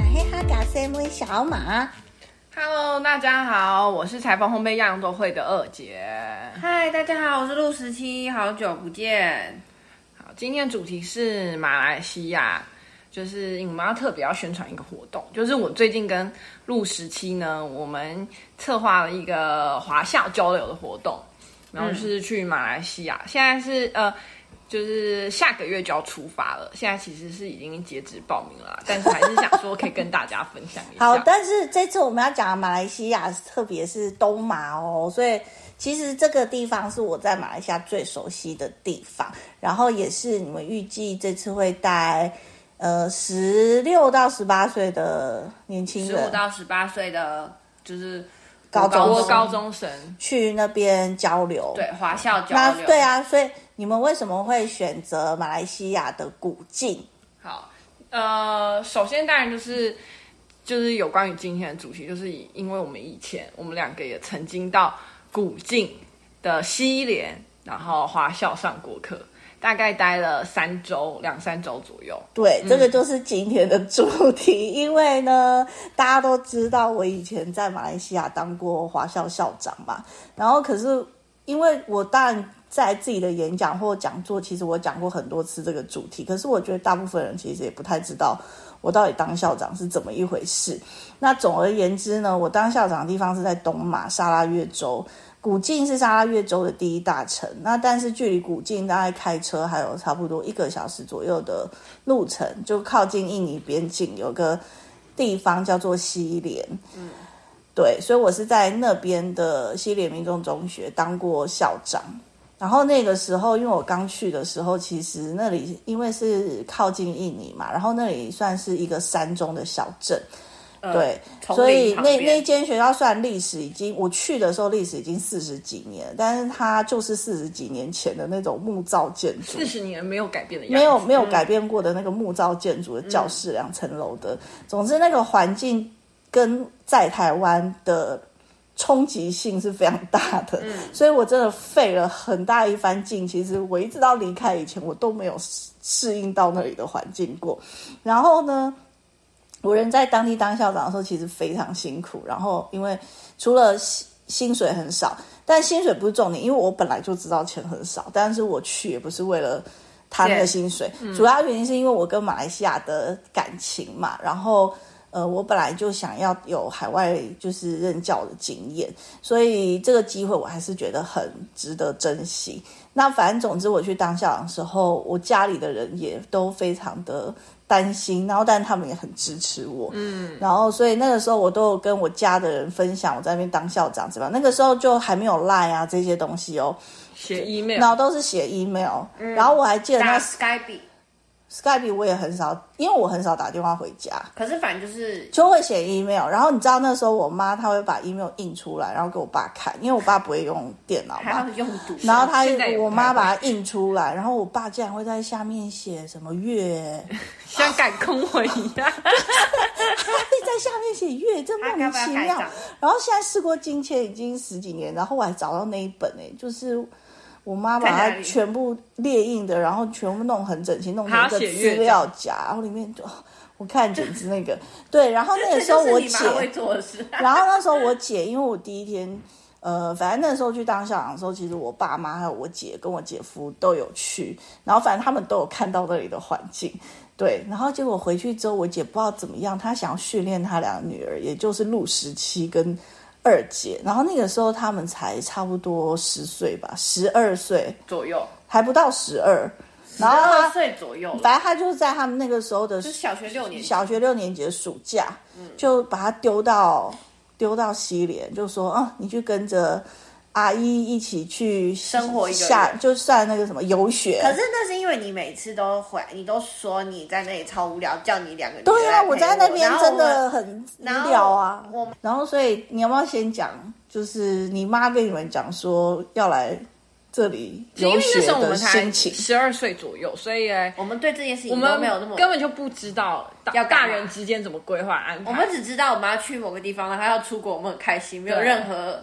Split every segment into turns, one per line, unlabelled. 哎小马。
Hello，大家好，我是裁缝烘焙亚洋洲会的二姐。
嗨，大家好，我是陆十七，好久不见。
好，今天的主题是马来西亚，就是我们要特别要宣传一个活动，就是我最近跟陆十七呢，我们策划了一个华校交流的活动，然后就是去马来西亚，现在是呃。就是下个月就要出发了，现在其实是已经截止报名了啦，但是还是想说可以跟大家分享一下。
好，但是这次我们要讲的马来西亚，特别是东马哦，所以其实这个地方是我在马来西亚最熟悉的地方，然后也是你们预计这次会带呃十六到十八岁的年轻
十五
人
到十八岁的就是
高
把
中
握
生
高中生，
去那边交流，
对华校交
那
流，
对，啊，所以你们为什么会选择马来西亚的古晋？
好，呃，首先当然就是就是有关于今天的主题，就是以因为我们以前我们两个也曾经到古晋的西联，然后华校上国课，大概待了三周两三周左右。
对，这个就是今天的主题， 因为呢，大家都知道我以前在马来西亚当过华校校长嘛，然后可是因为我当然在自己的演讲或讲座，其实我讲过很多次这个主题，可是我觉得大部分人其实也不太知道我到底当校长是怎么一回事。那总而言之呢，我当校长的地方是在东马沙拉越州。古晋是沙拉越州的第一大城，那但是距离古晋大概开车还有差不多一个小时左右的路程，就靠近印尼边境有个地方叫做西连，嗯，对，所以我是在那边的西连民众中学当过校长。然后那个时候，因为我刚去的时候，其实那里因为是靠近印尼嘛，然后那里算是一个山中的小镇，对，
呃丛
所以
林旁
那
边
那间学校虽然历史已经，我去的时候历史已经四十几年了，但是它就是四十几年前的那种木造建筑，
四十年没有改变的样子，
没有没有改变过的那个木造建筑的教室，两层楼的。总之，那个环境跟在台湾的冲击性是非常大的，所以我真的费了很大一番劲。其实我一直到离开以前，我都没有适适应到那里的环境过。然后呢，我人在当地当校长的时候，其实非常辛苦。然后因为除了薪薪水很少，但薪水不是重点，因为我本来就知道钱很少，但是我去也不是为了他那个薪水，主要原因是因为我跟马来西亚的感情嘛，然后。呃，我本来就想要有海外就是任教的经验，所以这个机会我还是觉得很值得珍惜。那反正总之，我去当校长的时候，我家里的人也都非常的担心，然后但他们也很支持我，嗯，然后所以那个时候我都有跟我家的人分享我在那边当校长怎么样。那个时候就还没有赖啊这些东西哦，
写 email
然后都是写 email，、然
嗯
后我还记得
打
那
Skype，
Skype 我也很少，因为我很少打电话回家，
可是反正就是
就会写 email。然后你知道那时候我妈她会把 email 印出来，然后给我爸看，因为我爸不会用电脑
还要
嘛。
用读，
然后她
现在也不
我妈
太会
把它印出来，然后我爸竟然会在下面写什么 月，
像改空文一 样，
会在下面写月，这莫
他
名
要不
其
要开
妙
张。？
然后现在事过境迁已经十几年，然后我还找到那一本哎、就是我妈把
在
它
哪里
全部列印的，然后全部弄很整齐，弄成一
还要
个
写乐
资料夹，然后里面就、哦我看简直那个对，然后那个
这
时候
就是
我
你
姐，
妈会做的事。
然后那时候我姐，因为我第一天，呃，反正那时候去当校长的时候，其实我爸妈还有我姐跟我姐夫都有去，然后反正他们都有看到那里的环境，对。然后结果回去之后，我姐不知道怎么样，她想要训练她两个女儿，也就是陆十七跟二姐，然后那个时候他们才差不多十岁吧，十二岁
左右，
还不到十二，然后
二
她
岁左右了，
反正她就是在他们那个时候的
就是小学六年级，
小学六年级的暑假，就把他丢到丢到西联，就说啊，你去跟着阿姨一起去
生活一个月
下，就算那个什么游学。
可是那是因为你每次都回，你都说你在那里超无聊，叫你两个女
对啊，
生来陪
我
我
在那边真的
然后
很无
然后
聊啊。
我们
然后，所以你要不要先讲？就是你妈跟你们讲说要来这里
因
游
为那
学
时候我
的
们才
心情，
十二岁左右，所以哎
我们对这件事
我
情
们
都没有哦那么
根本就不知道大
要干
大
嘛
人之间怎么规划安排。
我们只知道我们要去某个地方，然后要出国，我们很开心，没有
对
任何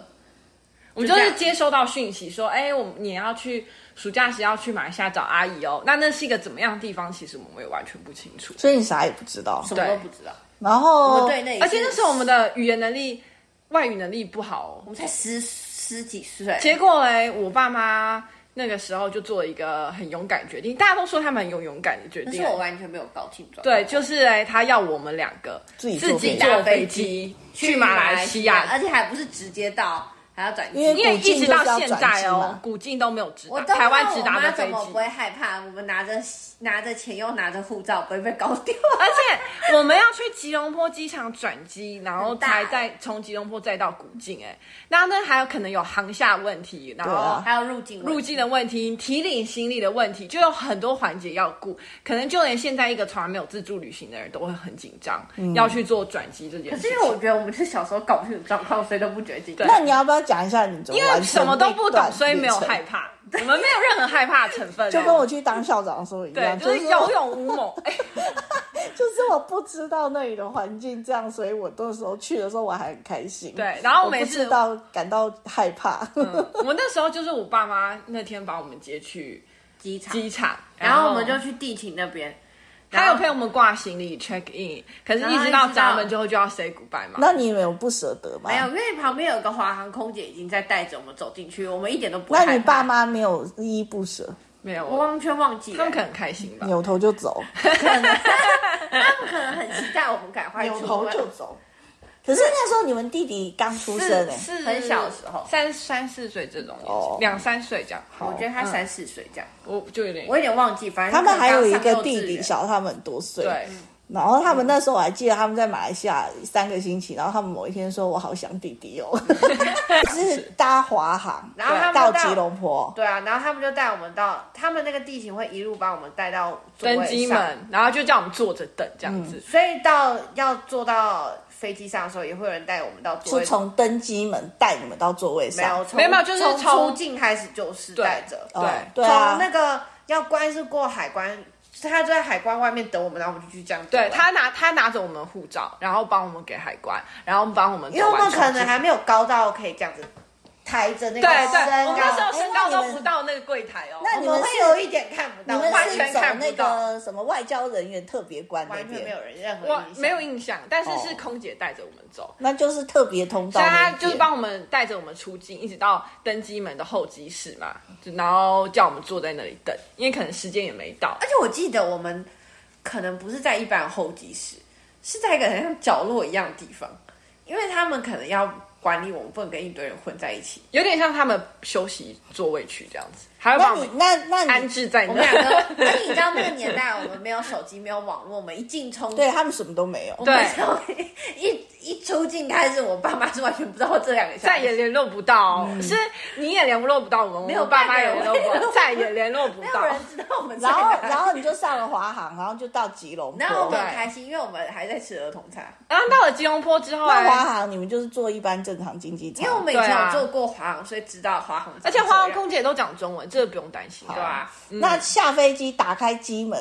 我们就是接收到讯息说，哎、我们你要去暑假时要去马来西亚找阿姨哦。那那是一个怎么样的地方？其实我们也完全不清楚。
所以你啥也不知道。
什么都不知道。
然
我
后
们对那，
而且那时候我们的语言能力、外语能力不好、
我
哦，
们才十十几岁，
结果嘞，我爸妈那个时候就做了一个很勇敢的决定，大家都说他们很勇勇敢的决
但
定哎
是。我完全没有搞清楚。
对，就是哎，他要我们两个
自己坐
自己
飞机
坐飞机去马来西亚，
而且还不是直接到，还要转机。
因
因
呃
为
古晋
一直到
就是要
现
转
在
机
哦
嘛，
古晋都没有直
我
达，
都不知
啊台
道
湾直达
我
的
妈
飞
怎么
机
不。会害怕？我们拿着拿着钱又拿着护照，不会被搞 丢。
而且我们要去吉隆坡机场转机，然后
很大
才
欸
再从吉隆坡再到古晋，哎，那那还有可能有航厦问题，然
对
后
啊
还有入境问题
入境的问题、提领行李的问题，就有很多环节要顾，可能就连现在一个从来没有自助旅行的人都会很紧张，
嗯
要去做转机这件
可
事
是
情
因为。我觉得我们是小时候搞不清楚状况，所以都不觉得紧张。
那你要不要讲一下你怎么
因为
完
什
成
么都不
那
懂，
段
所以没有
旅程
害怕， 我们没有任何害怕的成分哦。
就跟我去当校长的时候一
对，
样，
就是
是
有勇无谋。 哎，
就是我不知道那里的环境这样，所以我到时候去的时候我还很开心。
对然后
我
每
不
次
知道感到害怕，
嗯我那时候就是我爸妈那天把我们接去
机场，
机场，
然后我们就去地勤那边，
他有
然后
陪我们挂行李 check in，可是
然后
一直
一
到
直
闸
到
门就就要 say goodbye 嘛。
那你有没有不舍得吗？
没有，因为旁边有个华航空姐已经在带着我们走进去，我们一点都不害怕。
那你爸？妈没有依依不舍，
没有，
我
我
完全忘记了，
他们可能开心吧。
扭头就走，
他们可能很期待我们赶快出门。
走。可是那时候你们弟弟刚出生哎、
是
很小的时候
三三四岁这种年
哦
纪，两三岁这样，
我觉得他三四岁这样，
我就有点
我有点忘记，反正
他们还有一个弟
可能刚上幼稚
弟
园
小他们很多岁，
对。
然后他们那时候我还记得他们在马来西亚三个星期，然后他们某一天说：“我好想弟弟哦。”是搭华航，
然后他们
到
到
吉隆坡，
对啊，然后他们就带我们到，他们那个地勤会一路把我们带到座
登
位
机
上，
门，然后就叫我们坐着等这样
嗯
子。
所以到要坐到飞机上的时候，也会有人带我们到座
就
位。
从登机门带你们到座位
没有
上。，
从
没有没有就是
从
从
出境开始就是带着，
对
哦对
从
啊，
那个要关是过海关，他就在海关外面等我们，然后我们就去这样走
对他拿他拿着我们护照，然后帮我们给海关，然后帮我们
因为我
走完
们
程序。
可能还没有高到可以这样子抬着那个
对对，
身
我们那时候
高，
身
哎
高
那你
都
们
不到那个柜台哦。
那
我
你
们
们
会
是
有一点看不
你
到，
们
完
是
全
全
走
看不
那
到
个什么外交人员特别关那
完全没
边，
有人任何
我
印象
没有印象，但是是
哦
空姐带着我们
哦
走，
那就是特别通道
所以
那
她
一边。
就是帮我们带着我们出境，一直到登机门的候机室嘛，就然后叫我们坐在那里等，因为可能时间也没到。
而且我记得我们可能不是在一般候机室，是在一个很像角落一样的地方，因为他们可能要管理我们，不能跟一堆人混在一起。
有点像他们休息座位区这样子，还要把
那
我
你
们
那那你
安置在
我
那
们。 两个，而且你知道那个年代，我们没有手机，没有网络，我们一进冲，
对他们什么都没有，
我们从一一出境开始，我爸妈是完全不知道我这两个小
再
孩。
也嗯联络不到、是你也联络不到我们，
没有
我爸妈也
半个
联
人
络不到， 再也联络不
没有
到。
人知道我们在
然后
哪。
然后你就上了华航，然后就到吉隆坡。
然后我们很
对
开心，因为我们还在吃儿童餐，
然后到了吉隆坡之后、
那华
哎，
航你们就是坐一般正常经济舱，
因为我们以前
对啊
有坐过华航，所以知道华航长
而
这
且
样。
花花空姐都讲中文，这个不用担心，对
对
吧、
啊，
那下飞机打开机门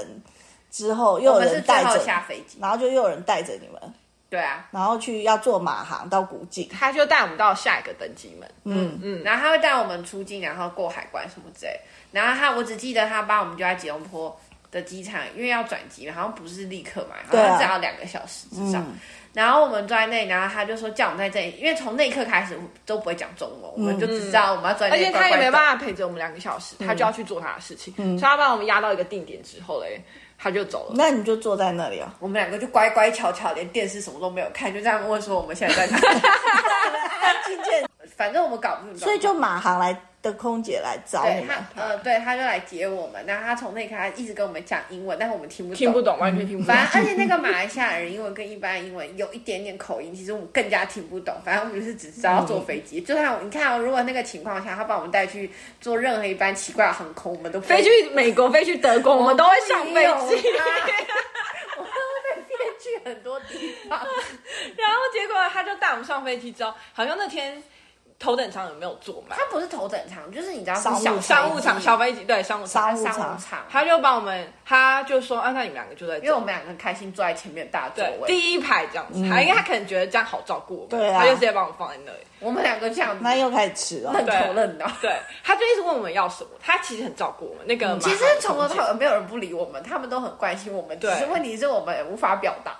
之后，又
嗯
有
我们是
人
最
带
后
着，
下飞机。
然后就又有人带着你们，
对啊，
然后去要坐马航到古晋。
他就带我们到下一个登机门。
嗯，
嗯，
然后他会带我们出境，然后过海关什么之类。然后他，我只记得他把我们就在吉隆坡的机场，因为要转机，好像不是立刻嘛，好
对啊
像至少两个小时至少。
嗯
然后我们坐在那里，然后他就说叫我们在这里，因为从那一刻开始我都不会讲中文，我们就只知道我们要
嗯
坐在
而
那
且
里乖
他
乖
也
等。
没办法陪着我们两个小时，他就要去做他的事情，所以他把我们压到一个定点之后嘞，他就走了。
那你就坐在那 里哦。
我们两个就乖乖巧巧，连电视什么都没有看，就这样问说我们现在在 哪。反正我们搞不懂，
所以就马航来的空姐来找
对
你们
他，呃，对，他就来接我们。然后他从那一刻他一直跟我们讲英文，但是我们听不懂
听不懂，完全听不懂。
反 正而且那个马来西亚人英文跟一般的英文有一点点口音，其实我们更加听不懂。反正我们就是只知道要坐飞
嗯
机。就算我你看、哦，如果那个情况下他把我们带去坐任何一班奇怪的航空，我们都不会
飞 去美国，飞去德国，我们都会啊上飞机。
我们不一样我们会被骗去很多地方。
然后结果他就带我们上飞机之后，好像那天头等舱有没有坐满
它？不是头等舱，就是你知道是
商务
小
舱
商务舱、小飞机，对，商务舱。
商
商
务舱
务舱，
他就把我们，他就说啊，那你们两个就在这，
因为我们两个很开心坐在前面大座
对
位，嗯
第一排这样子，他因为他可能觉得这样好照顾我们，
对啊
他就直接把我们放在那里。
我们两个这样子
那又开始哦吃了。
愣
对
头愣脑。
对，他就一直问我们要什么，他其实很照顾我们。那个
其实
马来
从头
空姐
到尾没有人不理我们，他们都很关心我们，只
对
是问题是我们无法表 达。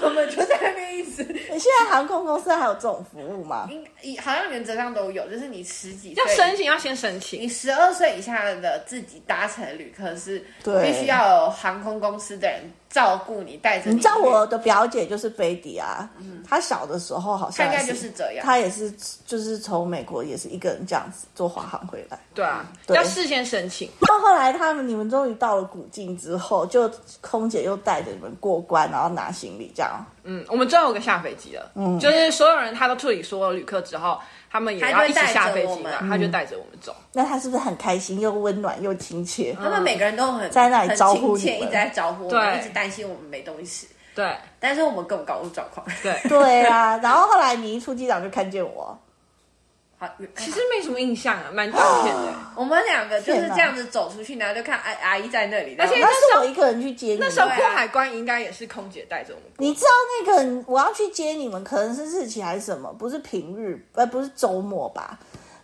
我们就在那边一直，
你现在航空公司还有这种服务
嗯
吗？
应好像原则上都有，就是你十几岁
要申请，要先申请。
你十二岁以下的自己搭乘旅客是
对
必须要有航空公司的人照顾你，带着
你
你
知道我的表姐就是贝迪啊，
嗯
她小的时候好
大
像
概
也
就是这样。
她也是就是从美国也是一个人这样子坐华航回来。
对啊，
对
要事先申请。
到后来他们你们终于到了古晋之后，就空姐又带着你们过关，然后拿行李这样。
嗯，我们最后一个下飞机了，嗯，就是所有人他都处理所有旅客之后，他们也
他
要
就
一起下飞机嘛
带着我，们嗯
他就带着我们走。
那她是不是很开心，又温暖又亲切？
他们每个人都很
在那里招呼
很亲切，
你
一
们
直在招呼我们，
对
一直担心我们没东西吃，
对
但是我们根本搞不出状况。
对，
对啊，然后后来你一出机场就看见我，
好，
其实没什么印象啊，蛮短片的。
我们两个就是
天哪
这样子走出去，然后就看阿哎阿姨在那里，
而且
然后
那是我一个人去接你们。
那时候
对啊
过海关应该也是空姐带着我们过。
你知道那个人我要去接你们，可能是日期还是什么，不是平日，呃，不是周末吧。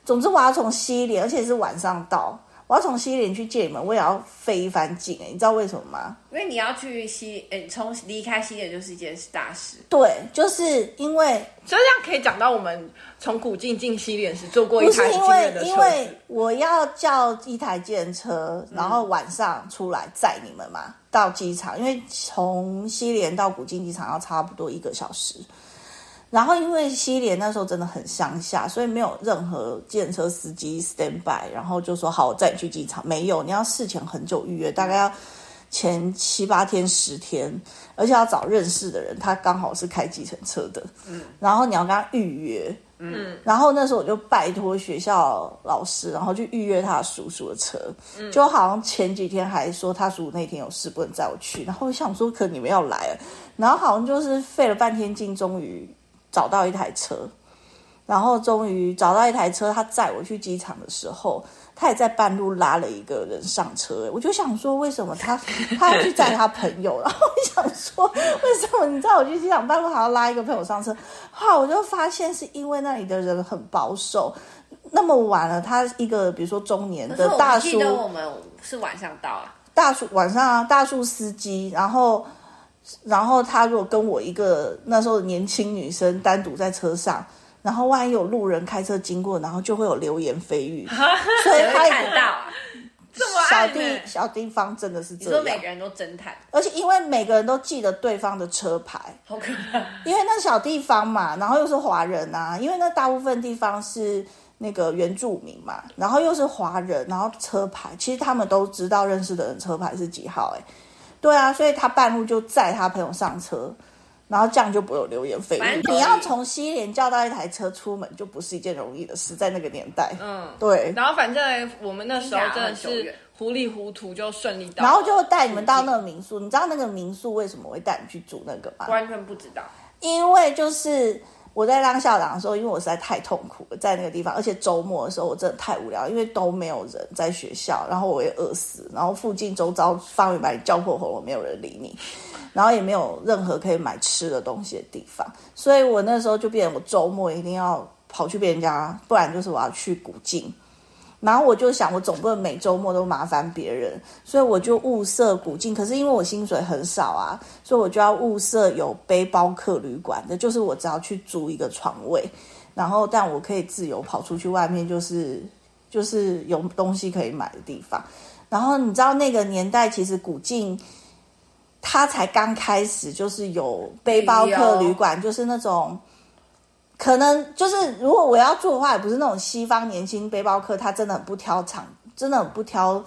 总之我要从西连，而且是晚上到，我要从西连去接你们，我也要费一番劲、欸、你知道为什么吗？
因为你要去西，嗯，从离开西点就是一件大事。
对，就是因为
就这样可以讲到我们从古晋进西莲时坐过一
不
台
是
经
因
验
为
的
因
车子嗯
为，我要叫一台电车，然后晚上出来载你们嘛，到机场，因为从西连到古晋机场要差不多一个小时。然后因为西连那时候真的很乡下，所以没有任何电车司机 stand by，然后就说好我载你去机场，没有，你要事前很久预约，
嗯
大概要前七八天、十天，而且要找认识的人，他刚好是开计程车的，嗯，然后你要跟他预约，嗯，然后那时候我就拜托学校老师，然后去预约他叔叔的车，
嗯
就好像前几天还说他叔叔那天有事不能载我去，然后我想说可你们要来了，然后好像就是费了半天劲，终于找到一台车。然后终于找到一台车，他载我去机场的时候，他也在半路拉了一个人上车，我就想说，为什么 他他要去载他朋友？然后我想说，为什么你载我去机场半路还要拉一个朋友上车？后来我就发现是因为那里的人很保守，那么晚了，他一个比如说中年
可是
的
我
大
不
叔，
记得我们是晚上到啊，
大树晚上啊，大树司机，然后然后他如果跟我一个那时候的年轻女生单独在车上，然后万一有路人开车经过，然后就会有流言蜚语，所以
谁
他
会看到啊？
这么
小
暗
地
呢
小地方真的是
你说
这
每
样。
个人都侦探，
而且因为每个人都记得对方的车牌，
好可怕！
因为那小地方嘛，然后又是华人啊，因为那大部分地方是那个原住民嘛，然后又是华人，然后车牌，其实他们都知道认识的人车牌是几号、欸，对啊，所以他半路就载他朋友上车。然后这样就不会有流言蜚
反
语
正。
你要从西连叫到一台车出门，就不是一件容易的事，在那个年代。嗯，对。
然后反正我们那时候真的
听起来很久
是
远
糊里糊涂就顺利到了，
然后就带你们到那个民宿，你知道那个民宿为什么我会带你去住那个吗？
完全不知道，
因为就是我在当校长的时候，因为我实在太痛苦了，在那个地方，而且周末的时候我真的太无聊，因为都没有人在学校，然后我也饿死，然后附近周遭方圆把你叫破喉咙，没有人理你，然后也没有任何可以买吃的东西的地方，所以我那时候就变成我周末一定要跑去别人家，不然就是我要去古晋。然后我就想，我总不能每周末都麻烦别人，所以我就物色古晋。可是因为我薪水很少啊，所以我就要物色有背包客旅馆的，就是我只要去租一个床位，然后但我可以自由跑出去外面，就是就是有东西可以买的地方。然后你知道那个年代，其实古晋它才刚开始，就是有背包客旅馆，就是那种。可能就是，如果我要住的话，也不是那种西方年轻背包客，他真的很不挑场，真的很不挑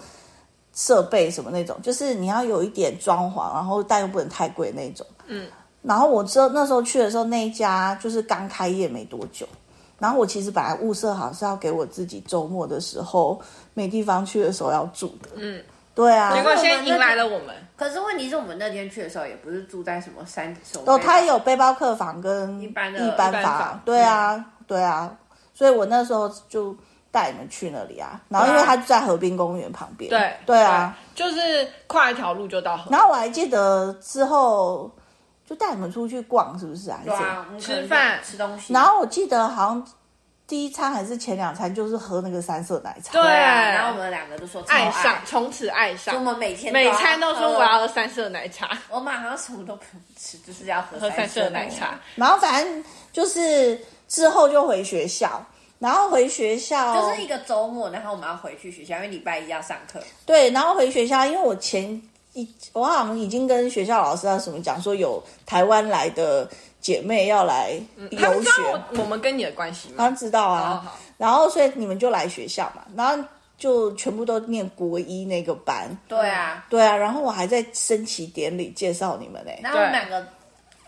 设备什么那种，就是你要有一点装潢，然后但又不能太贵那种。嗯。然后我知道那时候去的时候，那一家就是刚开业没多久，然后我其实本来物色好是要给我自己周末的时候没地方去的时候要住的。嗯。对啊
结，果先迎来了我们。
可是问题是我们那天去的时候，也不是住在什么山手背
哦，他有背包客房跟
一般的
一般
一般
房
房，
对啊，对啊，所以我那时候就带你们去那里啊，然后因为
对啊
他就在河滨公园旁边，
对
对啊，，
就是跨一条路就到河。
然后我还记得之后就带你们出去逛，是不是啊？
对啊，我们可能
吃饭
吃东西，
然后我记得好像第一餐还是前两餐就是喝那个三色奶茶，
对
对
啊，然后我们两个都说超
爱
哎
上，，从此爱上
就我。们每天
每
要
餐都说
喝
我要喝三色 奶茶，
我们好像什么都不用吃，就是要喝
喝三色
色
奶茶。，
然后反正就是之后就回学校，然后回学校
就是一个周末，然后我们要回去学校，因为礼拜一要上课。
对，然后回学校，因为我前一我好像已经跟学校老师啊什么讲说有台湾来的姐妹要来
他们
游
知
学，
道我我们跟你的关系
他
吗
们？知道
哦
啊，
好
然后所以你们就来学校嘛，然后就全部都念国一那个班。
对啊，
对啊，然后我还在升旗典礼介绍你们呢、欸
然后我们两个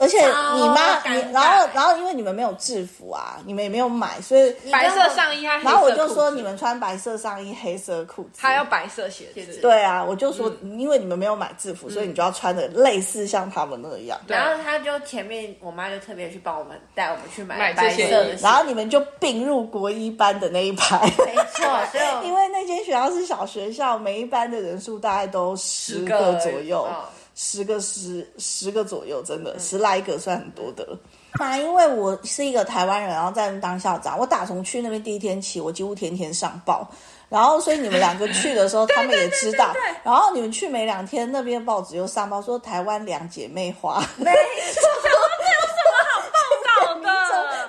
而且你妈
超
你
尴，尬
然后然后因为你们没有制服啊，你们也没有买，所以
你
白
跟我
色上衣还黑色
然后我就
裤
说
子
你们穿白色上衣、黑色裤子，
还要白色鞋
鞋
子嗯
子，
对啊，我就说，因为你们没有买制服，所以你就要穿的类似像他们那样。
对啊
然后他就前面我妈就特别去帮我们带我们去买
买
白
这些
色的
衣
鞋
然后你们就并入国一班的那一排，
没错，所以我
因为那间学校是小学校，每一班的人数大概都十个左右，
嗯
哦
十个十十个左右，真的、十来个算很多的了。那嗯因为我是一个台湾人，然后在那边当校长，我打从去那边第一天起，我几乎天天上报。然后，所以你们两个去的时 候，他们也知道。然后你们去没两天，那边报纸又上报说台湾两姐妹花。
没错，
好的，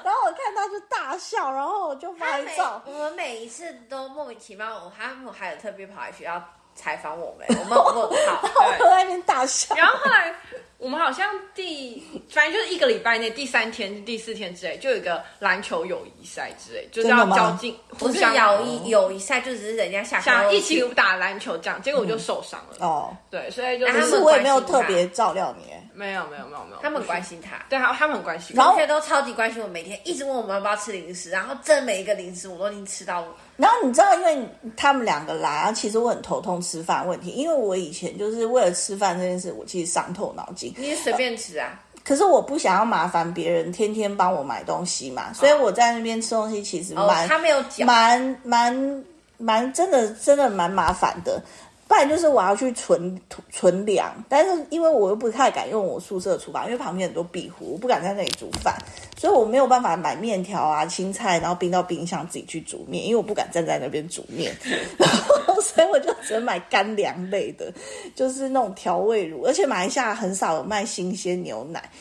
然后我看他就大笑，然后我就
他
拍
每
照。
我们每一次都莫名其妙，我他们还有特别跑来学校采访我们，我们有问 号，
我
对。
在那边大笑，
然后后来我们好像第，反正就是一个礼拜内，第三天、第四天之类，就有一个篮球友谊赛之类，就是要
真的吗
较劲，
不
互
是
相
友谊友谊赛，就只是人家下课
想
后
一起打篮球这样，结果我就受伤了。
哦。
对，所以就
然后
可
他
是
们
是
我也没有特别照料你，哎
没有没有没有没有，
他们关
系，
心他。
对，他他们很关心。
然后
同学都超级关心我，每天一直问我们要不要吃零食，然后这每一个零食我都已经吃到我
然后你知道，因为他们两个来啊，其实我很头痛吃饭问题，因为我以前就是为了吃饭这件事，我其实伤透脑筋。
你也随便吃啊，
可是我不想要麻烦别人天天帮我买东西嘛，所以我在那边吃东西其实
哦
蛮、，
他没有讲，
蛮蛮蛮真的真的蛮麻烦的。不然就是我要去存存粮，但是因为我又不太敢用我宿舍厨房，因为旁边很多壁虎，我不敢在那里煮饭，所以我没有办法买面条啊、青菜，然后冰到冰箱自己去煮面，因为我不敢站在那边煮 面，然后所以我就只能买干粮类的，就是那种调味乳，而且马来西亚很少有卖新鲜牛奶，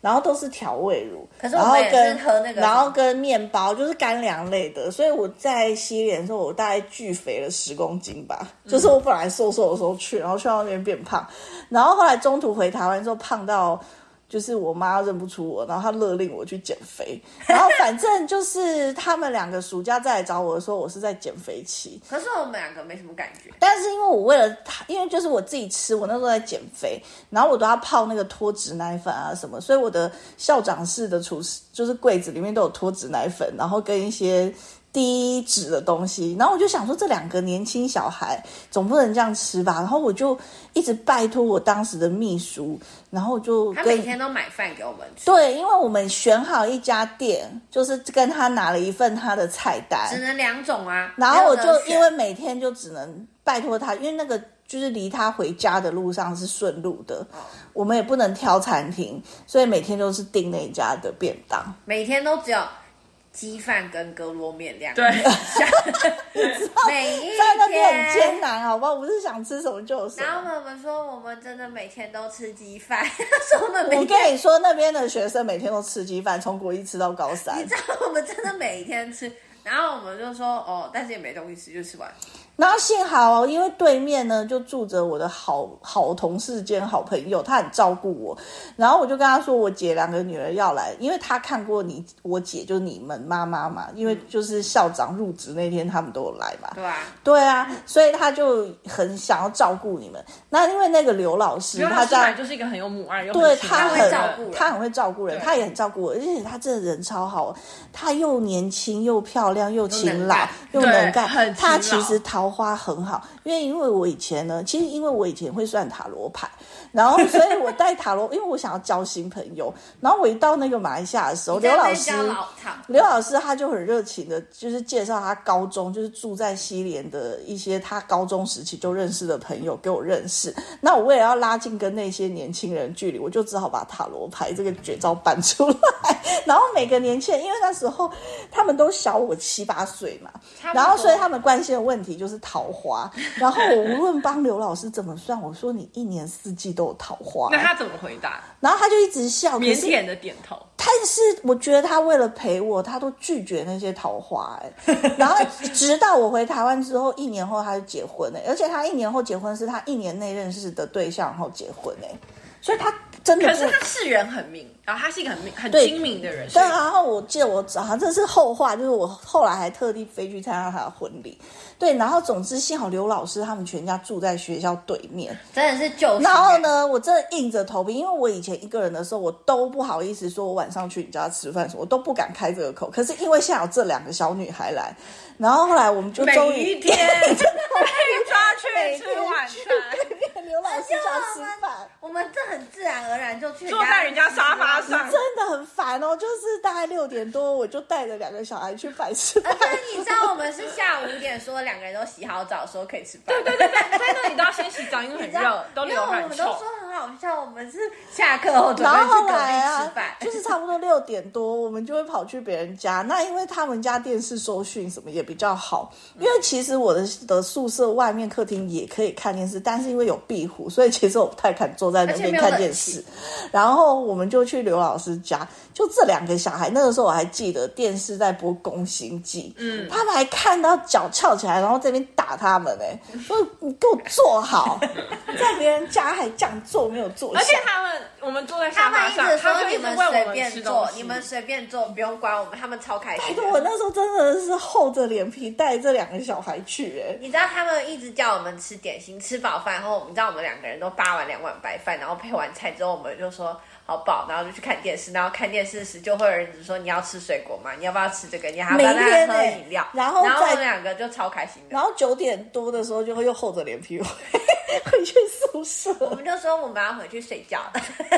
然后都是调味乳，
可是
然
我
后
们也
跟
是喝那个
然后跟面包就是干粮类的，所以我在西联的时候，我大概巨肥了十公斤吧，
嗯
就是我本来瘦瘦的时候去，然后去到那边变胖，然后后来中途回台湾之后胖到。就是我妈认不出我，然后她勒令我去减肥，然后反正就是他们两个暑假再来找我的时候，我是在减肥期，
可是我们两个没什么感觉。
但是因为我为了他，因为就是我自己吃，我那时候在减肥，然后我都要泡那个脱脂奶粉啊什么，所以我的校长室的厨师就是柜子里面都有脱脂奶粉，然后跟一些低脂的东西，然后我就想说这两个年轻小孩总不能这样吃吧，然后我就一直拜托我当时的秘书，然后就
他
跟
每天都买饭给我们吃，
对，因为我们选好一家店，就是跟他拿了一份他的菜单，
只能两种啊。
然后我
没有得
就
选
因为每天就只能拜托他，因为那个就是离他回家的路上是顺路的，
哦
我们也不能挑餐厅，所以每天都是订那家的便当。
每天都只有鸡饭跟割罗面两
对
个， 每一
在那边很艰
天。
难，好不好？我不是想吃什么就有什
然后
么。
我们说我们真的每天都吃鸡饭， 说我们
我
每天，
跟你说，那边的学生每天都吃鸡饭，从国一吃到高三
你。知道我们真的每天吃。然后我们就说哦，但是也没东西吃，就吃完。
然后幸好哦，因为对面呢就住着我的好好同事兼好朋友，他很照顾我。然后我就跟他说，我姐两个女儿要来，因为他看过你我姐就是你们妈妈嘛，因为就是校长入职那天他们都有来嘛。
对啊，
对啊，所以他就很想要照顾你们。那因为那个刘老师，
因为他
他
本来
在
就是一个很有母爱，又
对
很
他
会
很
照顾人
他很会照顾人，
对
他也很照顾我，而且他这人超好，他又年轻又漂亮又勤
又能
劳
干
又能
对
干
很，勤
他其
劳
实桃花很好，因为因为我以前呢，其实因为我以前会算塔罗牌，然后所以我带塔罗，因为我想要交新朋友。然后我一到那个马来西亚的 时候，刘老师，
老唐，
刘老师他就很热情的，就是介绍他高中，就是住在西联的一些他高中时期就认识的朋友给我认识。那我为了要拉近跟那些年轻人距离，我就只好把塔罗牌这个绝招搬出来。 然后每个年轻人，因为那时候他们都小我七八岁嘛，
差不多
然后所以他们关心的问题就是桃花。然后我无论帮刘老师怎么算，我说你一年四季都有桃花
那，他怎么回答？
然后他就一直笑，可
腼
是
腆的点头。
但是我觉得他为了陪我，他都拒绝那些桃花、 欸，然后直到我回台湾之后，一年后他就结婚了、欸而且他一年后结婚是他一年内认识的对象，然后结婚哎、所以他真的
可
不
是他世人很明，然后他是一个很明很
对
精明的人，
对，
所以
然后我记得我好像这是后话，就是我后来还特地飞去参加他的婚礼，对，然后总之幸好刘老师他们全家住在学校对面，
真的是救星。
然后？呢，我真的硬着头皮，因为我以前一个人的时候，我都不好意思说我晚上去你家吃饭什么，我都不敢开这个口。可是因为现在有这两个小女孩来，然后后来我们就终
每
于
一天 被抓去
每
吃
天
晚餐，
刘老师家吃饭。
我们这很自然而然就 去
坐在人家沙发 上
真的很烦哦，就是大概六点多，我就带着两个小孩去百事百
而且你知道我们是下午五点说两个人都洗好澡说可以吃饭，对对
在那里都要先洗澡，因为很
你知道
热，，都
因为
流
我们
汗
都
臭
说。很好笑，我们是下课后准
然
备
后
去
后
隔壁
来
吃
啊
饭，，
就是差不多六点多，我们就会跑去别人家。 那因为他们家电视收讯什么也比较好，
嗯
因为其实我的的宿舍外面客厅也可以看电视，但是因为有壁虎，所以其实我不太敢坐在那边看电视。然后我们就去刘老师家，就这两个小孩，那个时候我还记得电视在播《宫心计》，嗯，他们还看到脚翘起来，然后这边打他们哎、说你给我坐好， 在别人家还这样坐没有坐下，
而且他们，我们坐在
他
沙
们
发
一
上
直，
他
说
们
你
一直
们
喂我
随
们吃
便
东
做，
西，
你们随便做，不用管我们，他们超开心的。
我那时候真的是厚着脸皮带这两个小孩去、哎，
你知道他们一直叫我们吃点心，吃饱饭后，我们知道我们两个人都扒完两碗白饭，然后配完菜之后，我们就说好饱，然后就去看电视，然后看电视时就会有人只说你要吃水果吗？你要不要吃这个？你还要不要
每天
再喝
欸
饮料？
然后
然后我
再
们两个就超开心的
然。后九点多的时候就会又厚着脸皮回 回去宿
我
舍，
们就说我们要回去睡觉，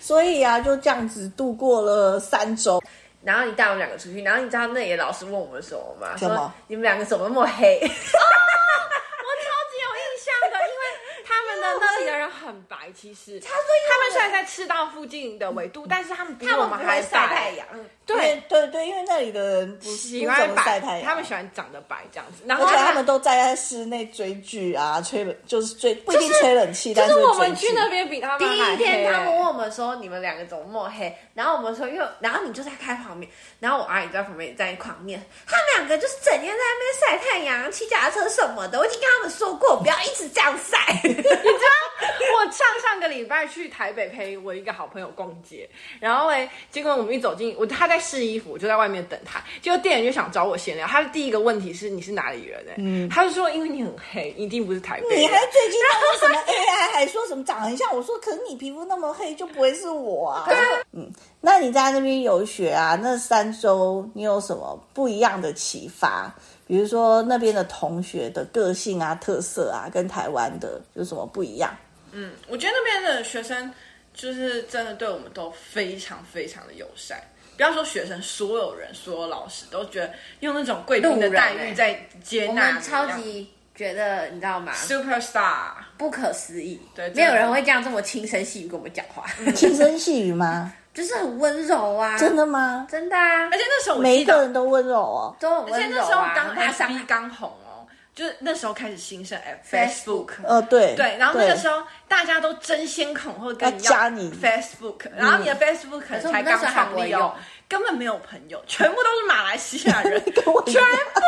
所以啊，就这样子度过了三周。
然后你带我们两个出去，然后你知道那里的老师问我们什么吗？
什么
说你们两个怎么那么 黑？
我超级有印象的，因为他们的那里的人很白，其实他
他说因为
他们虽然在赤道附近的纬度，但是他们比
他
我
们不
还
会晒
白
太阳，
对，
对对，因为那里的人不
喜
不
欢
怎么晒
白
太，阳，
他们喜欢长得白这样子，然
而
后
且他们都待在室内追剧啊，吹冷就是追不一定吹冷气，
就
但
是我
追
们
剧
去那边比他们
第
还黑
一天他们问
欸
我们说你们两个怎么抹黑，然后我们说因为，然后你就在开旁边，然后我阿姨在旁边也在狂念，他们两个就是整天在那边晒太阳、骑脚踏车什么的，我已经跟他们说过不要一直这样晒。
我上上个礼拜去台北陪我一个好朋友逛街，然后哎，结果我们一走进，我他在试衣服，我就在外面等他。结果店员就想找我闲聊，他的第一个问题是你是哪里人、哎、他就说因为你很黑，你一定不是台北人。
你还最近那个什么 AI 还说什么长得很像，我说可是你皮肤那么黑，就不会是我啊。嗯，那你在那边游学啊，那三周你有什么不一样的启发？比如说那边的同学的个性啊、特色啊，跟台湾的有什么不一样？
嗯我觉得那边的学生就是真的对我们都非常非常的友善。不要说学生，所有人、所有老师都觉得用那种贵宾的待
路人
遇
欸
在接
我
纳
们
你
超级觉得你知道吗？
这样 super star，
不可思议，
对嗯
没有人会这样这么轻声细语跟我们讲话，
轻声细语吗？
就是很温柔啊，
真的吗？
真的啊
而，且那时候我
每一
记得
个人都温柔哦。
都很
而且
温
那
柔
时候
啊，
刚
很
S
上
B 刚红哦，就是那时候开始兴盛哎
Facebook
Facebook。
呃，对
对，然后那个时
候
候大家都争先恐后跟你
要加你嗯
Facebook，然后你的 Facebook 可
可是
能
我们
才
那
刚
时候还不
创
会
立哦
用，
根本没有朋友，全部都是马来西 亚人，全
跟我一样
部，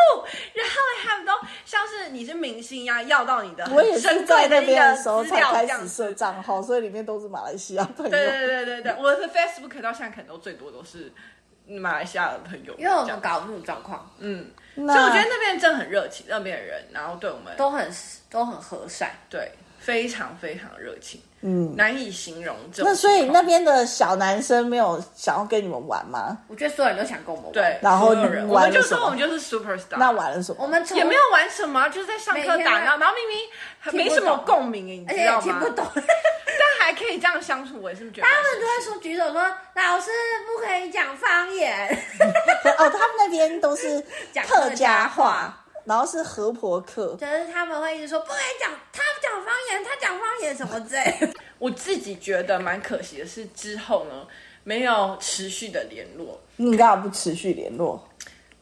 然后他们都像是你是明星一样，要到你的
我也
很
是
珍
在
贵
那
一
边
个
的时候
资
才
料
开
这样
始
子。
设账号，所以里面都是马来西亚朋友。
对对对对对，我的 Facebook 到现在可能都最多都是马来西亚的朋友，
因为我
这样
们搞那种状况，
嗯。
那
啊
所以我觉得那边真的很热情，那边的人，然后对我们
都很都很和善，
对，非常非常热情，
嗯，
难以形容这种
那
情
所
况。
以那边的小男生没有想要跟你们玩吗？
我觉得所有人都想跟我们玩。
对，
然后
所有人，
你
我
玩
们
了
就
什
说
么
我们就是 super star，
那玩了什么？
我们从
也没有，玩什么，就是在上课
每天
打
啊
闹，然后明明还没
听不
什么
懂
共鸣，你
而
知
且也
道
听
吗
不？懂。
但还可以这样相处，我也是觉得蛮
他
神奇
们
的。
都会说举手说老师不可以讲方言，
哦，他们那边都是
讲
客
客
家
家
话，然后是河婆客。
就是他们会一直说不可以讲，他讲方言，他讲方言什么之类的。
我自己觉得蛮可惜的是，之后呢没有持续的联络，
你干嘛不持续联络？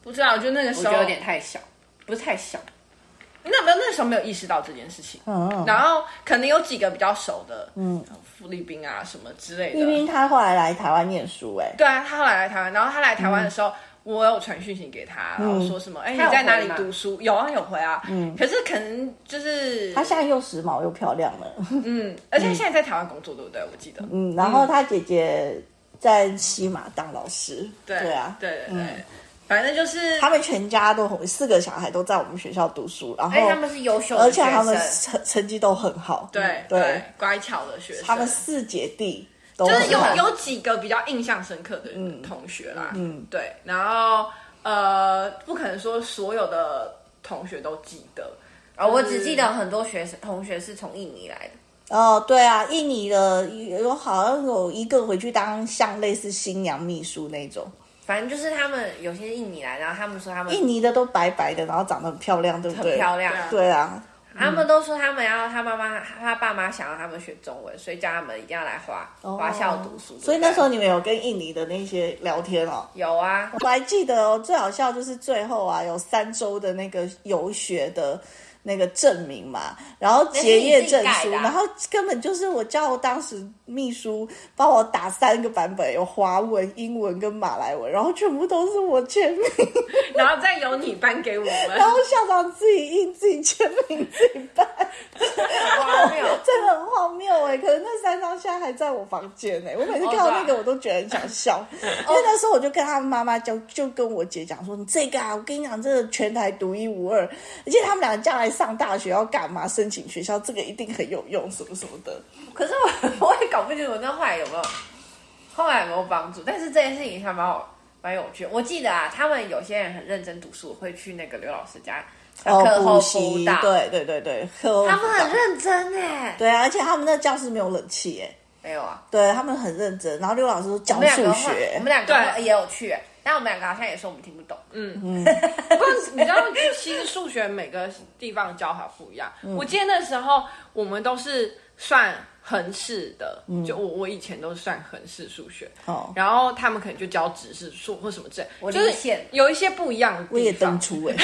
不知道就那个时候
太小，不是太小，
那没有那时候没有意识到这件事情，
嗯，
然后可能有几个比较熟的，嗯，菲律宾啊什么之类
因为
的。
他后来来台湾念书、哎，
对啊，他后来来台湾，然后他来台湾的时候。我有传讯息给他，然后说什么？哎、
他有
你在哪里
回吗
读书？有啊，有回啊。嗯，可是可能就是
他现在又时髦又漂亮了，
嗯，而且他现在在台湾工作，对不对？我记得，
嗯，然后他姐姐在西马当老师，
对
啊，
对对对，
嗯
反正就是
他们全家都很四个小孩都在我们学校读书，然后
哎而且他们是优秀
哦而
的
且
学
他
生
们，成成绩都很好，
对
嗯
对
对，
乖巧的学生，
他们四姐弟都
就
很
是有
好
有几个比较印象深刻的同学啦，嗯，对，然后呃，不可能说所有的同学都记得，
哦我只记得很多学生同学是从印尼来的。
哦，对啊，印尼的有好像有一个回去当像类似新娘秘书那种，
反正就是他们有些是印尼来，然后他们说他们
印尼的都白白的，然后长得很漂亮，对不对？
很漂亮，
对啊
对啊，
他们都说他们要他妈妈他爸妈想让他们学中文，所以叫他们一定要来华华校读书。
哦所以那时候你
对
们有跟印尼的那些聊天哦。
不对有啊，
我还记得哦，最好笑就是最后啊，有三周的那个游学的那个证明嘛，然后结业证
那是
书，
你自己改的啊
然后根本就是我叫当时秘书帮我打三个版本，有华文、英文跟马来文，然后全部都是我签名，
然后再由你颁给我们，
然后校长自己印、自己签名、自己办，
荒谬。
真的很荒谬哎、可能那三张现在还在我房间哎、我每次
哦
看
啊
到那个我都觉得很想 笑，因为那时候我就跟他妈妈就就跟我姐讲说，你这个啊，我跟你讲，这个全台独一无二，而且他们俩将来上大学要干嘛，申请学校这个一定很有用，什么什么的。
可是我 我也搞不清楚那后来有没有后来有没有帮助，但是这件事情还蛮好蛮有趣的。我记得啊，他们有些人很认真读书，会去那个刘老师家上课后
补
辅
习，
导，
哦对对对对，课后
他们
辅导
很认真哎。
对啊，而且他们那教室没有冷气哎、
没有啊，
对他们很认真，然后刘老师都
我
教
们两
数
个话
学，
我们两个
对
也有去欸，但我们两个好像也说我们听不懂。
不过你知道，其实数学每个地方教法不一样。
嗯
我记得那时候我们都是算横式的，
嗯
就我我以前都是算横式数学，
哦
然后他们可能就教直式数或什么之类，
我理
就是
解
有一些不一样的地方。
我也登出哎、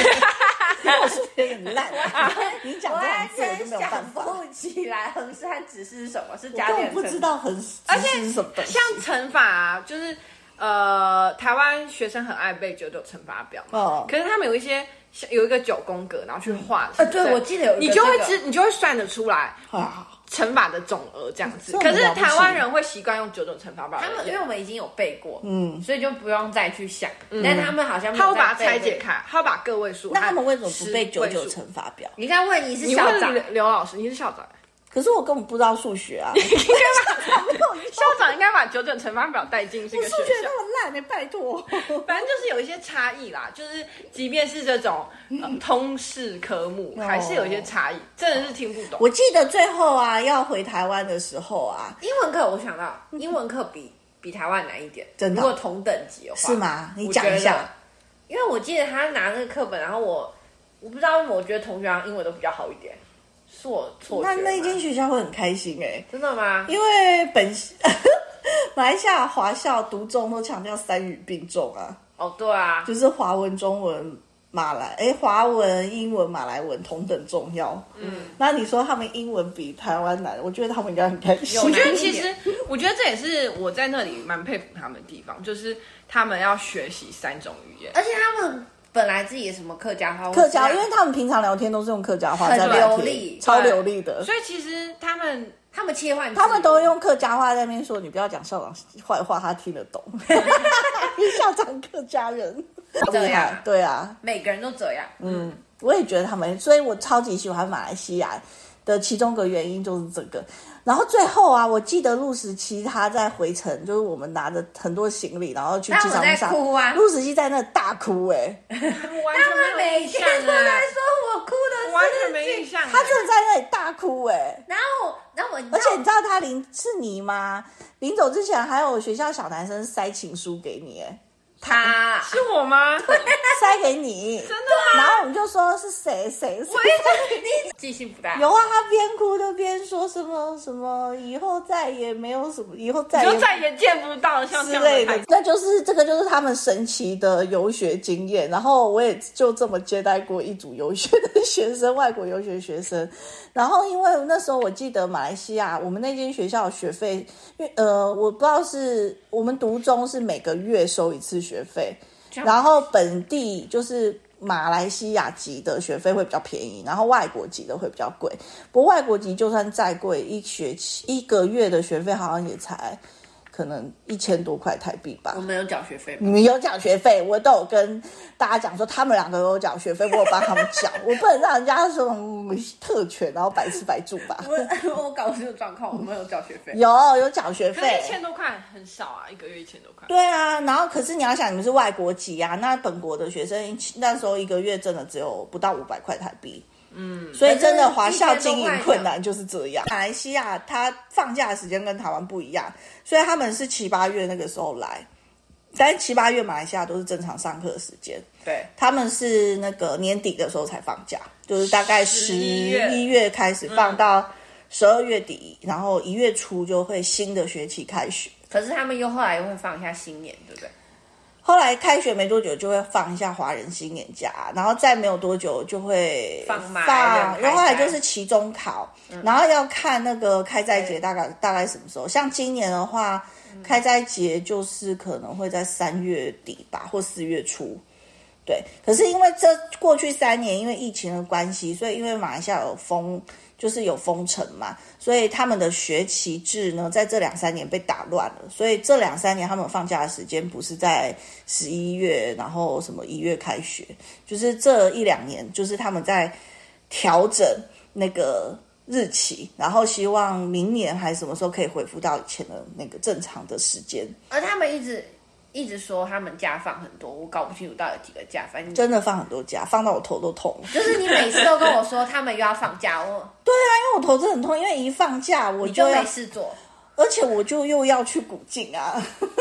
欸，我数学很烂， 你讲
我
这两
还
次我就
真
没有办
想
法。
不起来衡山指示是什么，是
我
加
根
减
本不
乘法
知道很
而
而
且
是什么东西
像乘法、啊，就是呃，台湾学生很爱背九九乘法表嘛，
哦
可是他们有一些像有一个九宫格，然后去画。
呃对我记得有一个
你就会
这个哦
知，你就会算得出来
啊，
乘法的总额这样子。
这
可
很
是
了不起
台湾人会习惯用九九乘法表来
他们因为
演，
我们已经有背过，
嗯
所以就不用再去想。但他们好像没
他
有
会把它
在
拆
背
解开，他会把个位数。
那他们为什么不
十
背九
位
九
数
乘法表？
你看问你是
你
校
问
长
刘，刘老师，你是校长，
可是我根本不知道数学啊，
校长应该把九九乘法表带进这
我
个
数
学
学
校。
那么烂呢、拜托。
反正就是有一些差异啦，就是即便是这种、呃、通识科目，还是有一些差异，真的是听不懂。
我记得最后啊，要回台湾的时候啊，
英文课我想到英文课比比台湾难一点，
真的
如果同等级的话
是？吗？你讲一
我觉
下
得。因为我记得他拿那个课本，然后我我不知道为什么，我觉得同学好像英文都比较好一点，是我错觉
那
吗。
那间学校会很开心哎、
真的吗？
因为本 马来西亚华校独中都强调三语并重啊，
哦，对啊，
就是华文、中文、马来，哎，华文、英文、马来文同等重要。嗯，那你说他们英文比台湾难，我觉得他们应该很开心。
我觉
难
得
一
其
点
实，我觉得这也是我在那里蛮佩服他们的地方，就是他们要学习三种语言。
而且他们本来自己什么客家 话，
客家，因为他们平常聊天都是用客家话在聊
很流
天，
利
超流利的。
所以其实他们
他们切换，
他们都用客家话在那边说：“你不要讲校长坏话，他听得懂。” 因为校长客家人，
这
厉害
样
对啊，
每个人都这样，嗯，
我也觉得他们，所以我超级喜欢马来西亚的其中一个原因就是这个。然后最后啊，我记得陆时期他在回程，就是我们拿着很多行李，然后去
那
机
我
场
在
上，
哭啊
陆时期在那大哭哎、
完
他们
全没有
每
印
天
象
都在
哎，
说我哭的
完
事
全没印
情，
象哎。
他真的在那里大哭哎、
然后然后我，
而
而
且你知道他临是你吗？临走之前还有学校小男生塞情书给你、欸，
他
是我吗？
塞给你，真的、然后我们就说是谁谁谁，
记性不大，
有啊，他边哭就边说什么什么，以后再也没有什么，以后再
你就
也
再也见不到像
之
这样
类
的
的
台词，。
那就是这个就是他们神奇的游学经验。然后我也就这么接待过一组游学的学生，外国游学学生。然后因为那时候我记得马来西亚我们那间学校学费，因为呃我不知道是我们读中是每个月收一次学费，
样
然后本地就是。马来西亚籍的学费会比较便宜，然后外国籍的会比较贵。不过外国籍就算再贵，一学期一个月的学费好像也才可能一千多块台币吧
我。们有缴学费吗？
你们有缴学费，我都有跟大家讲说，他们两个有缴学费，我有帮他们缴，我不能让人家说嗯特权，然后白吃白住吧。
我我搞不清楚状况，我们有缴学费。
有有缴学
可是
费
一，千多块很少啊，一个月一千多块。
对啊，然后可是你要想，你们是外国籍啊，那本国的学生那时候一个月真的只有不到五百块台币。嗯，所以真的华校经营困难就是这样。马来西亚它放假的时间跟台湾不一样，所以他们是七八月那个时候来，但是七八月马来西亚都是正常上课的时间，
对，
他们是那个年底的时候才放假，就是大概十
11月
一月嗯开始放到十二月底，然后一月初就会新的学期开学。
可是他们又后来又会放一下新年，对不对？
后来开学没多久就会放一下华人新年假，然后再没有多久就会
放马来人
放，
开斋嗯
因为后来就是期中考，然后要看那个开斋节大概大概什么时候。像今年的话，开斋节就是可能会在三月底吧，或四月初。对，可是因为这过去三年因为疫情的关系，所以因为马来西亚有封，就是有封城嘛，所以他们的学期制呢，在这两三年被打乱了。所以这两三年他们放假的时间不是在十一月，然后什么一月开学，就是这一两年，就是他们在调整那个日期，然后希望明年还是什么时候可以恢复到以前的那个正常的时间。
而他们一直一直说他们假放很多，我搞不清楚到底有几个假，反正就
真的放很多假，放到我头都痛了。
就是你每次都跟我说他们又要放假，我
因为我头真的很痛，因为一放假我
你就
要
没事做。
而且我就又要去古晋啊，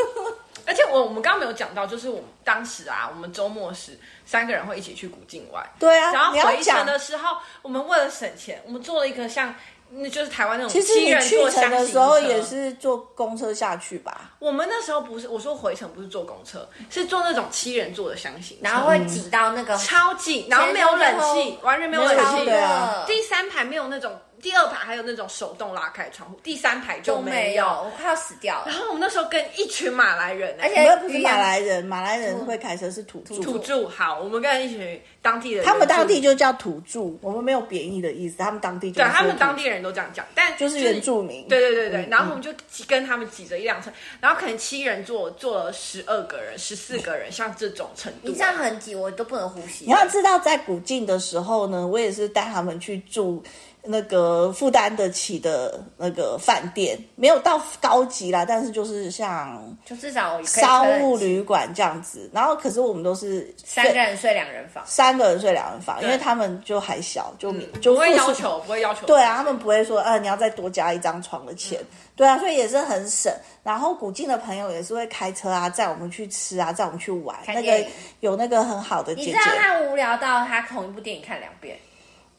而且我我们刚刚没有讲到，就是我们当时啊，我们周末时三个人会一起去古晋玩，
对啊，
然后
你要
回程
讲，
的时候，我们为了省钱，我们做了一个像那就是台湾那种
其实
七
你
人
去
座
程
厢
的
型
时候
车
也。是坐公车下去吧？
我们那时候不是我说回程不是坐公车，是坐那种七人座的厢型车，
然后会挤到那个
超级，然后没有冷气，完全没有冷
超
气
对啊
第三排没有那种，第二排还有那种手动拉开窗户，第三排就
都
没
没有，我快要死掉了
然。后我们那时候跟一群马来人、啊
而且
你们不是
渔
马
阳
来人，马来人会开车是土著，
嗯土著好，我们跟一群当地人，
他们当地就叫土著，我们没有贬义的意思，他们当地就
对
是
他们
土
当地人都这样讲，但
就是原住民，
对对对对，
嗯
然后我们就挤跟他们挤着一辆车，然后可能七人坐坐了十二个人、十四个人，像这种程度啊
你这样很挤，我都不能呼吸
你。要知道，在古晋的时候呢，我也是带他们去住那个负担得起的那个饭店，没有到高级啦，但是就是像
就至少我可以
商务
吹冷气
旅馆这样子。然后，可是我们都是
三个人睡两人房，
三个人睡两人房，因为
对嗯
他们就还小，就、就
不会
附
要
属
求，不会要求。
对啊，他们不会说，呃，你要再多加一张床的钱，
嗯
对啊，所以也是很省。然后古晋的朋友也是会开车啊，载我们去吃啊，载我们去玩。
看
那
电
个
影
有那个很好的姐
你
姐
知道，他无聊到他同一部电影看两 遍，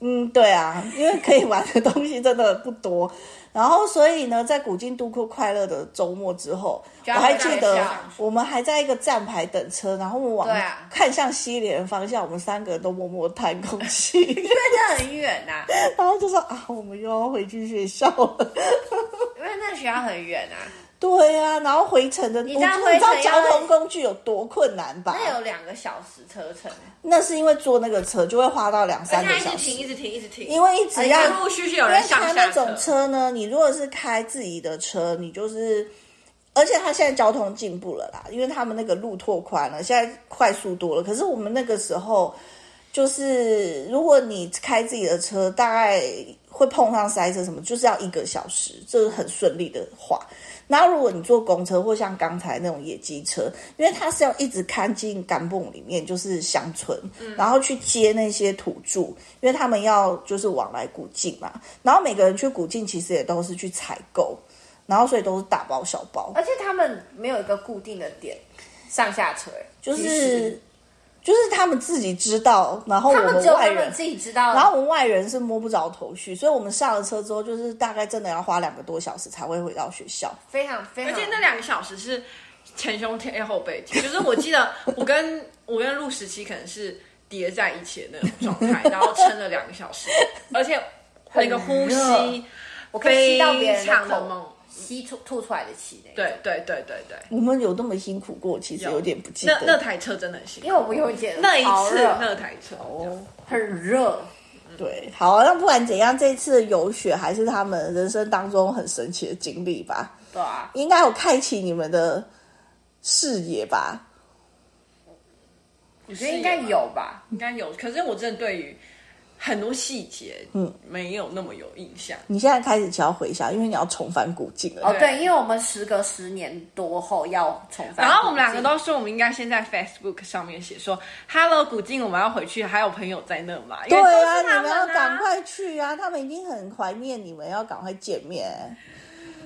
嗯，对啊，因为可以玩的东西真的不多。然后，所以呢，在古今度过快乐的周末之后，我
要回
还记
到学
得
校
我们还在一个站牌等车，然后我们往、
对啊
看向西联方向，我们三个人都默默叹口气，
真的很远呐、
然后就说啊，我们又要回去学校了。
因为那个学校很远啊。
对啊，然后回程的，
你
我
知道
就
回
你知道
程
交
要
通工具有多困难吧？
那有两个小时车程，
那是因为坐那个车就会花到两
而
三
且
个
他一
小
直停，
时，
一直停，一直停，
因为一直要
陆陆续续有
因为
人上
他那
下
种车呢，你如果是开自己的车，你就是，而且他现在交通进步了啦，因为他们那个路拓宽了，现在快速多了。可是我们那个时候，就是如果你开自己的车，大概会碰上塞车什么，就是要一个小时，这是很顺利的话。然后如果你坐公车或像刚才那种野鸡车，因为它是要一直看进甘蹦里面，就是乡村，
嗯
然后去接那些土著，因为他们要就是往来古晋嘛。然后每个人去古晋其实也都是去采购，然后所以都是大包小包，
而且他们没有一个固定的点上下车，欸
就
其
是
实
就是他们自己知道，然后我
他们只有
外
他
人
们自己知道。
然后我们外人是摸不着头绪，所以我们下了车之后，就是大概真的要花两个多小时才会回到学校。
非常非常，
而且那两个小时是前胸贴后背贴，就是我记得我跟我跟陆时期可能是叠在一起的那种状态，然后撑了两个小时，而且那个呼吸
我可以
非
吸到别人
常
的
的
口，
猛，
吸吐吐出来的气那种。
对对对对对，
我们有那么辛苦过，其实有点不记
那那
得。
台车真的很辛苦
因为我们有一节
那一
好
次
热
那台车
哦很热，
对，好，那不管怎样，这次游学还是他们人生当中很神奇的经历吧，
对啊，
应该有开启你们的视野吧。
我觉得应该
啊
有吧。
应该有，可是我真的对于很多细节嗯没有那么有印象。
你现在开始就要回想，因为你要重返古晋了。
哦，
对
对，因为我们时隔十年多后要重返古迹，
然后我们两个都说，我们应该先在 Facebook 上面写说，Hello 古晋，我们要回去，还有朋友在那嘛？因
对
为都
啊，
是
你
他
们
们
要
啊
赶。快去啊！他们一定很怀念你们，要赶快见面。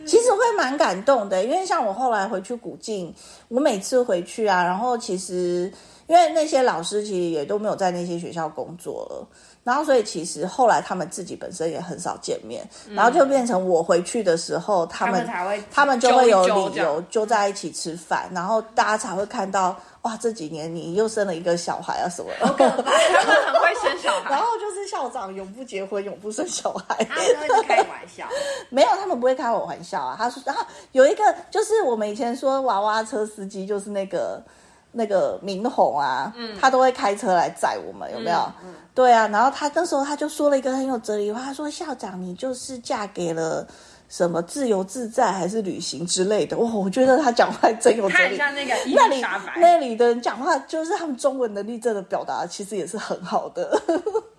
其实会蛮感动的，因为像我后来回去古晋，我每次回去啊，然后其实因为那些老师其实也都没有在那些学校工作了，然后所以其实后来他们自己本身也很少见面，然后就变成我回去的时候，他
他
们
们才会，
他们就会有理
揪一
由
揪
揪在一起吃饭，然后大家才会看到哇，这几年你又生了一个小孩啊什么的。
他们很会生小
然
孩，
后就是校长永不结婚，永不生小孩。
他啊们都会开玩笑，
没有，他们不会开我玩笑啊。他说，然后有一个就是我们以前说娃娃车司机，就是那个那个明宏啊，
嗯
他都会开车来载我们，有没有？对啊，然后他那时候他就说了一个很有哲理的话，他说校长你就是嫁给了。什么自由自在还是旅行之类的哇！我觉得他讲话真有哲
看一
理。
下那个伊
那
丽
里
莎白，
那里的人讲话，就是他们中文能力真的表达，其实也是很好的。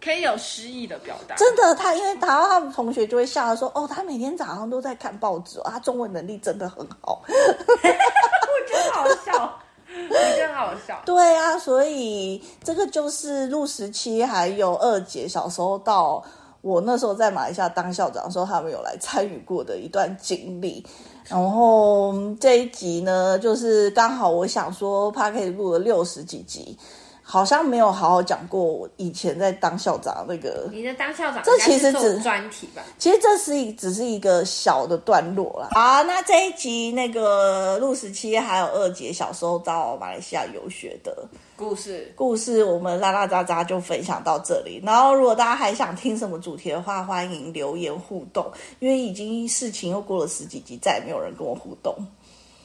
可以有诗意的表达。
真的，他因为然后他们同学就会笑他说：“哦，他每天早上都在看报纸、哦，他中文能力真的很好。
我觉得好笑，我觉得好”笑。
对啊，所以这个就是陆十七还有二姐小时候到我那时候在马来西亚当校长的时候，他们有来参与过的一段经历。然后这一集呢，就是刚好我想说 p a r k 录了六十几集，好像没有好好讲过我以前在当校长那个
你的当校长应该
这其实
是做
只
专题吧？
其实这是一只是一个小的段落啦。啊，那这一集那个陆十七还有二姐小时候到马来西亚游学的
故事
故事，我们拉拉杂杂就分享到这里。然后，如果大家还想听什么主题的话，欢迎留言互动，因为已经事情又过了十几集，再也没有人跟我互动，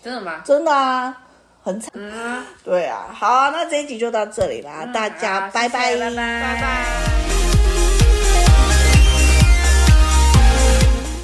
真的吗？
真的啊，很惨。
嗯，
对啊，好啊那这一集就到这里啦，大家
好谢谢拜拜
拜
拜拜。